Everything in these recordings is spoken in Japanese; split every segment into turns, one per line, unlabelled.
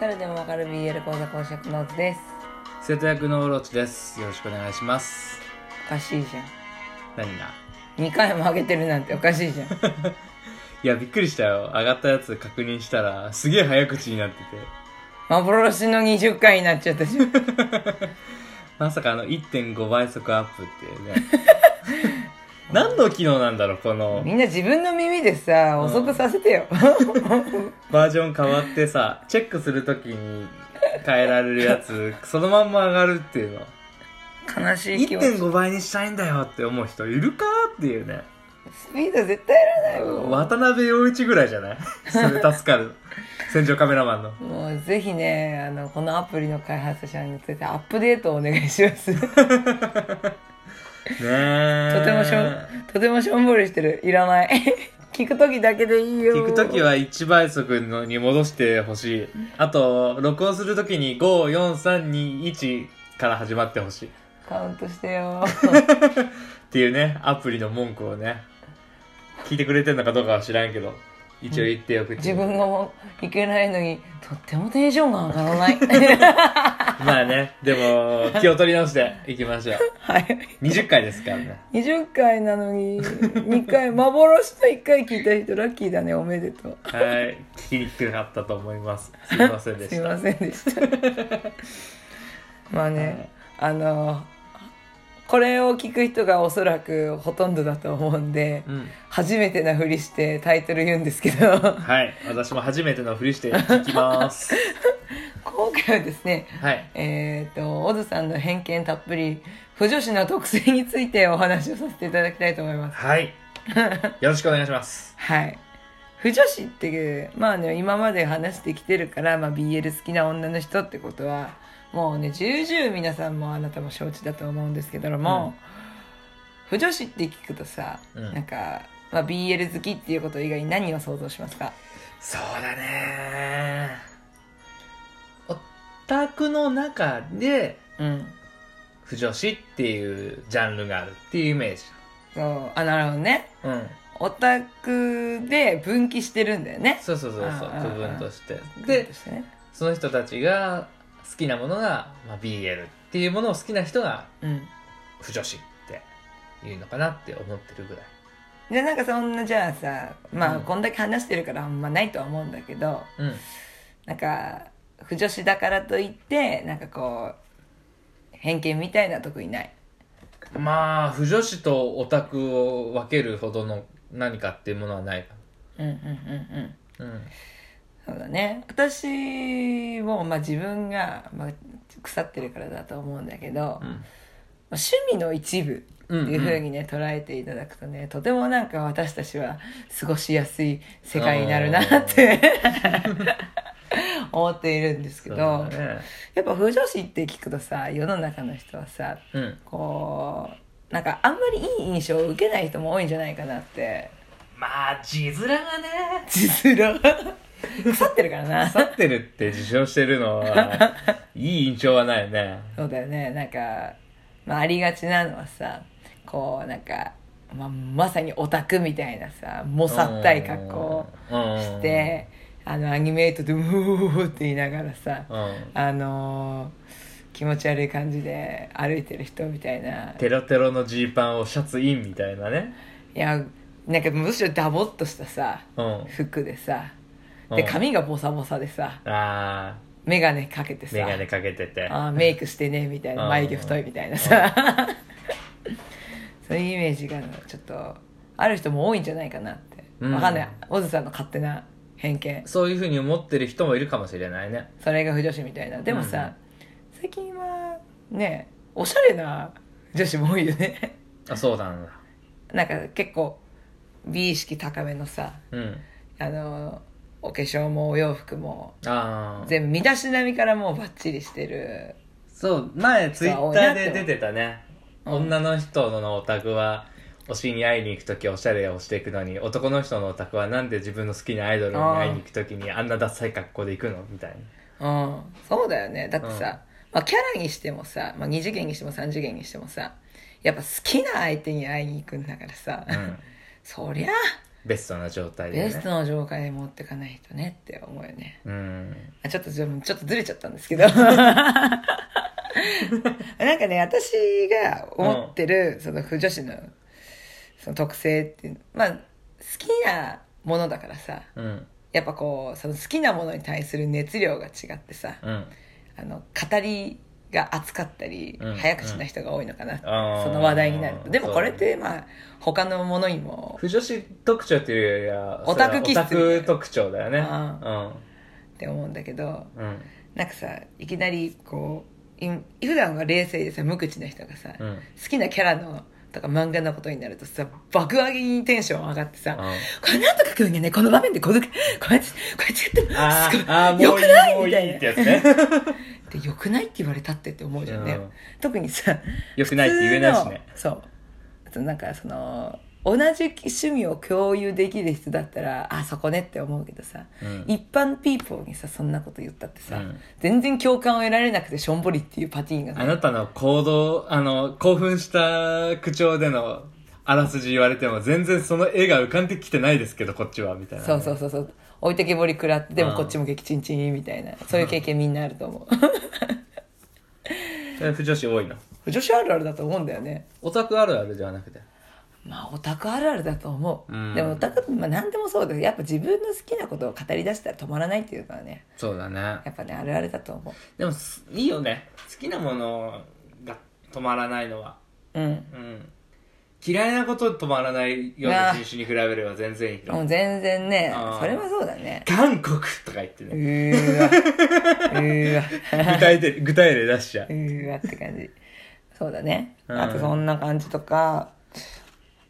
誰でもわかる BL 講座講釈の図です
瀬戸役のオロチですよろしくお願いします
おかしいじゃん
何が
2回も上げてるなんておかしいじゃん
いやびっくりしたよ上がったやつ確認したらすげえ早口になってて
幻の20回になっちゃったじゃん
まさかあの1.5倍速アップっていうね 何の機能なんだろうこの
みんな自分の耳でさ
うん
遅くさせてよ
バージョン変わってさチェックするときに変えられるやつそのまんま上がるっていうの
悲しい気持ち
1.5倍にしたいんだよって思う人いるかっていうね
スピード絶対いらないよ
渡辺陽一ぐらいじゃないそれ助 かる戦場カメラマンの
もうぜひねあのこのアプリの開発者についてアップデートをお願いしますと
ねえ
てもしょんとてもしょんぼりしてるいらない 聞く時だけでいいよ
聞くときは1倍速のに戻してほしいあと録音するときに54321から始まってほしいっ
カウントしてよ
ていうねアプリの文句をね聞いてくれてんのかどうかは知らんけど一応言っておくってい
自
う
分がもういけないのにとってもテンションが上がら ない
まあね でも気を取り直していきましょう
はい
20回ですからね
20回なのに2回幻と1回聞いた人ラッキーだねおめでとう
はい聞きにくかったと思いますすいませんでし
すい
た
ませんでしたまあね、あのこれを聞く人がおそらくほとんどだと思うんで、
うん
初めてなふりしてタイトル言うんですけど
はい私も初めてのふりして聞きます
今回はですね
はい
えっ、とオズさんの偏見たっぷり不女子の特性についてお話をさせていただきたいと思います
はいよろしくお願いします
はい不女子ってまあね今まで話してきてるから、まあ、BL 好きな女の人ってことはもうね重々皆さんもあなたも承知だと思うんですけども、不女子って聞くとさ、
うん
なんか、まあ、BL 好きっていうこと以外に何を想像しますか
そうだねオタクの中で
うん
不女子っていうジャンルがあるっていうイメージ
そうあなるほどね
うん
オタクで分岐してるんだよね
そうそうそうそう
あー
区分として
分
で
岐してね
その人たちが好きなものが、まあ、BL っていうものを好きな人が
うん
不女子っていうのかなって思ってるぐらい
じゃあなんかそんなじゃあさまあ、
うん
こんだけ話してるからあんまないとは思うんだけど
うん
なんか不女子だからといってなんかこう偏見みたいなとこいない
まあ不女子とオタクを分けるほどの何かっていうものはないか
うんうんうんうん
なうん
そうだね私もまあ自分が、まあ、腐ってるからだと思うんだけど、ま
ん
あ趣味の一部っていう風にね、捉えていただくとねとてもなんか私たちは過ごしやすい世界になるなって 思っているんですけ
そう
ど、
だね
やっぱ不女子って聞くとさ世の中の人はさ
うん
こうなんかあんまりいい印象を受けない人も多いんじゃないかなって
まあ字面がね
実論腐ってるからな
腐ってるって自称してるの はいい印象はないね
そうだよねなんか、まあ、ありがちなのはさこうなんか、まあ、まさにオタクみたいなさもさったい格好をしてあのアニメートで「うーって言いながらさ
うんうん
あのー気持ち悪い感じで歩いてる人みたいな
テロテロのジーパンをシャツインみたいなね
いやなんかむしろダボっとしたさ
うん
服でさ
う
で
ん
髪がボサボサでさ
ああ
眼鏡かけてさ
眼鏡かけてて
あーメイクしてねみたいな
うん
眉毛太いみたいなさ そういうイメージがちょっとある人も多いんじゃないかなって、
うん
わかんないオズさんの勝手な偏見
そういうふうに思ってる人もいるかもしれないね
それが不女子みたいなでもさ、最近はねおしゃれな女子も多いよね
あそうなんだ
なんか結構美意識高めのさ
うん
あのお化粧もお洋服も
ああ
全部身だしなみからもうバッチリしてる
そう前ツイッターで出てたね
うん
女の人のオタクは推しに会いに行く時おしゃれをしていくのに男の人のオタクはなんで自分の好きなアイドルに会いに行く時にあんなダサい格好で行くのみたいな
うん、そうだよねだってさ、まあ、キャラにしてもさ、まあ、2次元にしても3次元にしてもさやっぱ好きな相手に会いに行くんだからさ、
うん
そりゃ
ベストな状態でね
ベストの状態で持ってかないとねって思うよね
うん
あちょっとちょちょっとずれちゃったんですけ どなんかね私が思ってる、その腐女子のその特性っていうまあ好きなものだからさ
うん
やっぱこうその好きなものに対する熱量が違ってさ
うん
あの語りが熱かったり、
うん
早口な人が多いのかな、
あ ー
その話題になるとでも
そう
これってまあ他のものにも
不女子特徴っていうよりは
オタク
それはオタク特徴だよね
って思うんだけど
うんうん
なんかさいきなりこうい普段は冷静でさ無口な人がさ、
うん
好きなキャラのとか漫画のことになるとさ爆上げにテンション上がってさ、これなんとか君がねこの場面でこのこ うやってこうやってやっても
あ
すごい
ーあー
よ
もう
く
い
ないい
もう
み
い
た
い
い
っ
な
てやつね
でよくないって言われたってって思うじゃんね、
うん
特にさ
よくないって言えないしね
普通のそうあとなんかその同じ趣味を共有できる人だったらあそこねって思うけどさ、
うん
一般ピーポーにさそんなこと言ったってさ、
うん
全然共感を得られなくてしょんぼりっていうパティーンが
あ
ね
なたの行動あの興奮した口調でのあらすじ言われても全然その絵が浮かんできてないですけどこっちはみたいなね、
そうそうそうそう置いてけぼり食らってで
う
も
ん
こっちも激チンチンみたいなそういう経験みんなあると思
それ不女子多いの
う 女子あるあるだと思うんだよね
オタクあるあるではなくて
まあオタクあるあるだと思う、
うん
でもオタク、まあ、何でもそうだけどやっぱ自分の好きなことを語り出したら止まらないっていうのはね
そうだね
やっぱねあるあるだと思
でもすいいよね好きなものが止まらないのは
ううん
うん嫌いなこと止まらないような
あー
人種に比べれば全然いいよ
もう全然ね
あー
それはそうだね
韓国とか言って
う
ね
ーわ うーわ
具体で具体例出しちゃ
う
う
ーわって感じそうだね
うん
あとそんな感じとか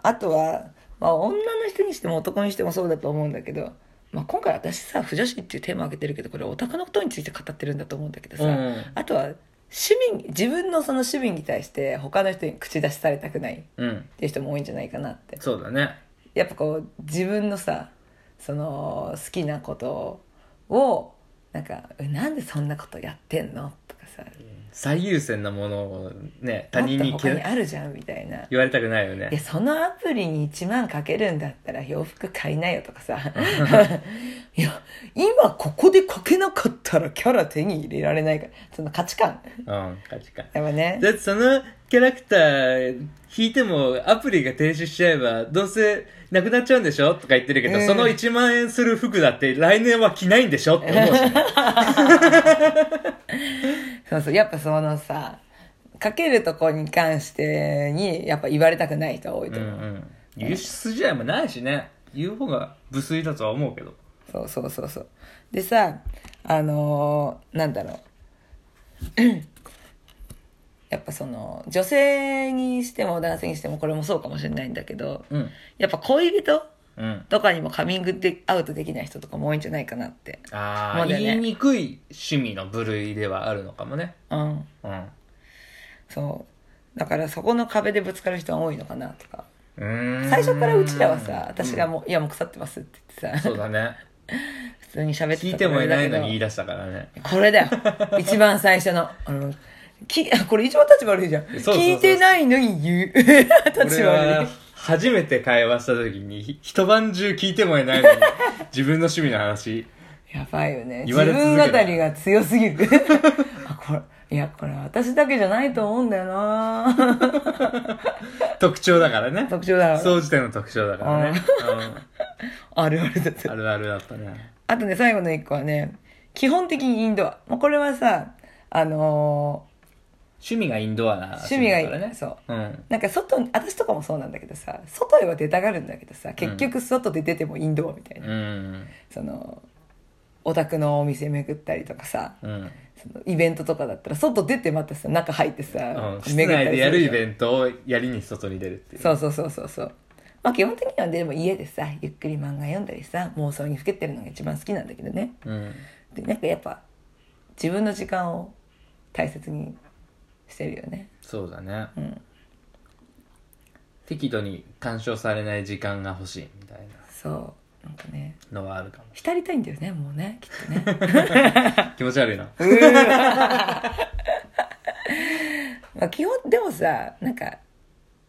あとは、まあ、女の人にしても男にしてもそうだと思うんだけど、まあ、今回私さ「不女子」っていうテーマを開けてるけどこれオタクのことについて語ってるんだと思うんだけどさ、
うん
あとは市民自分のその市民に対して他の人に口出しされたくないっ
うん
ていう人も多いんじゃないかなって
そうだね
やっぱこう自分のさその好きなことをなんか「えなんでそんなことやってんの?」とかさ
最優先なものをね他
他
人
人
に
に他に
け
あるじゃんみたいな。
言われたくないよ
いや
ね
そのアプリに1万かけるんだったら洋服買いなよとか さいや今ここでかけなかったらキャラ手に入れられないからその価値観
うん価値観
やっぱね
だってそのキャラクター引いてもアプリが停止しちゃえばどうせなくなっちゃうんでしょとか言ってるけ
う
ど、
ん
その1万円する服だって来年は着ないんでしょって思うしね、
そうそうやっぱそのさかけるとこに関してにやっぱ言われたくない人は多 いうと
んう
思う、
ん言う筋合いもないしね言う方が無粋だとは思うけど
そうそうそうそうでさあのーなんだろう やっぱその女性にしても男性にしてもこれもそうかもしれないんだけど
うん
やっぱ恋人
うん
とかにもカミングでアウトできない人とかも多いんじゃないかなって
あ
も
あ、
うだね
言いにくい趣味の部類ではあるのかもね
うん
うん
そうだからそこの壁でぶつかる人が多いのかなとか
うーん
最初からうちらはさ私がもう「いやもう腐ってます」って言ってさ
そう だね
普通に喋って
聞い
た
て
とこ
も
ろ
い
だ
な
け
い
ど
のに言い出したからね
これだ よ一番最初のあのきこれ一番立ち悪いじゃん
そうそうそう
聞いてないのに言う立ち
俺は
悪い
初めて会話した時にひ一晩中聞いてもいない のに自分の趣味の話
やばいよね
言
自
われ続け
分
た
語りが強すぎる あこれいやこれ私だけじゃないと思うんだよな
特徴だからね
特徴だろ
総じての特徴だからね、
あるあるだって
うん、あるあるだったね
あとね、最後の一個はね、基本的にインドア。もうこれはさ、あの
趣味がインドアな
ー趣味がい
趣味だか
い。
らね
そう。
うん
なんか外に、私とかもそうなんだけどさ、外へは出たがるんだけどさ、結局外で出てもインドアみたいな。
うん
その、お宅のお店巡ったりとかさ、
うん、
そのイベントとかだったら、外出てまたさ、中入ってさ、
うん、室
巡ったりす
内でやるイ
じゃん
ベントをやりに外に出るっていう
そうそうそうそうそう。まあ基本的にはでも家でさ、ゆっくり漫画読んだりさ、妄想にふけてるのが一番好きなんだけどね。
うん、
でなんかやっぱ自分の時間を大切にしてるよね
そうだね、
うん
適度に干渉されない時間が欲しいみたい
そうなんかね
なのはあるかも
浸りたいんだよねもうねきっとね
気持ち悪いな
まあ基本でもさなんかだか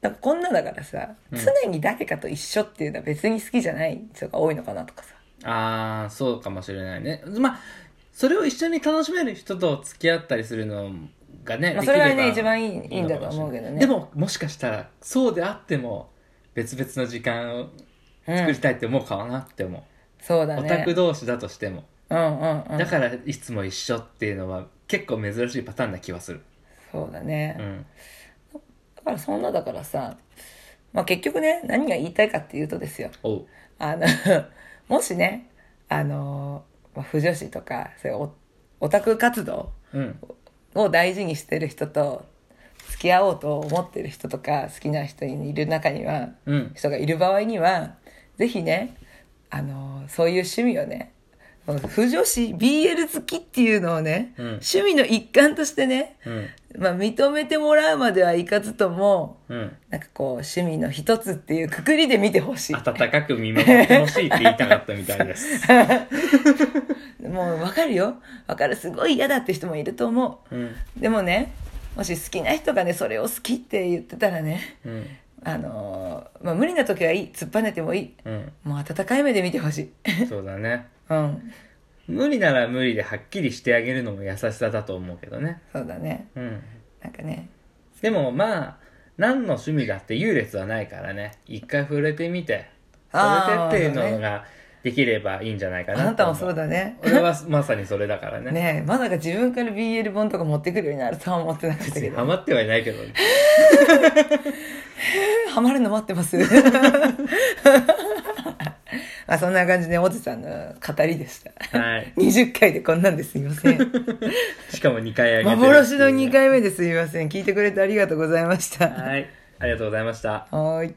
らこんなだからさ、
うん
常に誰かと一緒っていうのは別に好きじゃない人が多いのかなとかさ。
ああそうかもしれないねまあそれを一緒に楽しめる人と付き合ったりするのがね、
まあ、
で
そ
き
れ
ば
はね、一番いいいいんだと思うけどね。
で、ももしかしたらそうであっても別々の時間を
うん、
作りたいって思うかなって思
そう
う、
だ
オタ
ね
ク。同士だとしても、
うんうんうん。
だからいつも一緒っていうのは結構珍しいパターンな気はする
そうだね。
うん
だからそんなだからさ、まあ結局ね、何が言いたいかっていうとですよ。
おう
あの、 もしね、あの、まあ、不女子とか、そういうオオタク活動
うん
を大事にしてる人と、付き合おうと思ってる人とか、好きな人にいる中には、
うん
人がいる場合には、ぜひね、あの、そういう趣味をね、この不女子 BL 好きっていうのをね、
うん
趣味の一環としてね、
うん
まあ認めてもらうまではいかずとも、
うん
なんかこう趣味の一つっていうくくりで見てほしい。
温かく見守ってほしいって言いたかったみたいです
もうわかるよ。わかる。すごい嫌だって人もいると思
うん
う。でもね、もし好きな人がね、それを好きって言ってたらね、
うん
あのーまあ無理な時はいい。突っぱねてもいい。
うん
もう温かい目で見てほしい。
そうだね
うん。
無理なら無理ではっきりしてあげるのも優しさだと思うけどね
そうだね。
うん
なんかね。
でもまあ何の趣味だって優劣はないからね一回触れてみて
あ
触
ー
れてっていうのができればいいんじゃないか
あ
な
な
と
た
思
もそうだね。
俺はまさにそれだからね
ねえ、まさか自分から BL 本とか持ってくるようになるとは思ってなかった
別
け
に
ど。
ハマってはいないけどね
ハマるの待ってます。 まあそんな感じで、おじさんの語りでした。
はい
20回でこんなんですいません。
しかも2回あげてるっていうね
幻の2回目ですいません。聞いてくれてありがとうございました。
はいありがとうございました
はーい。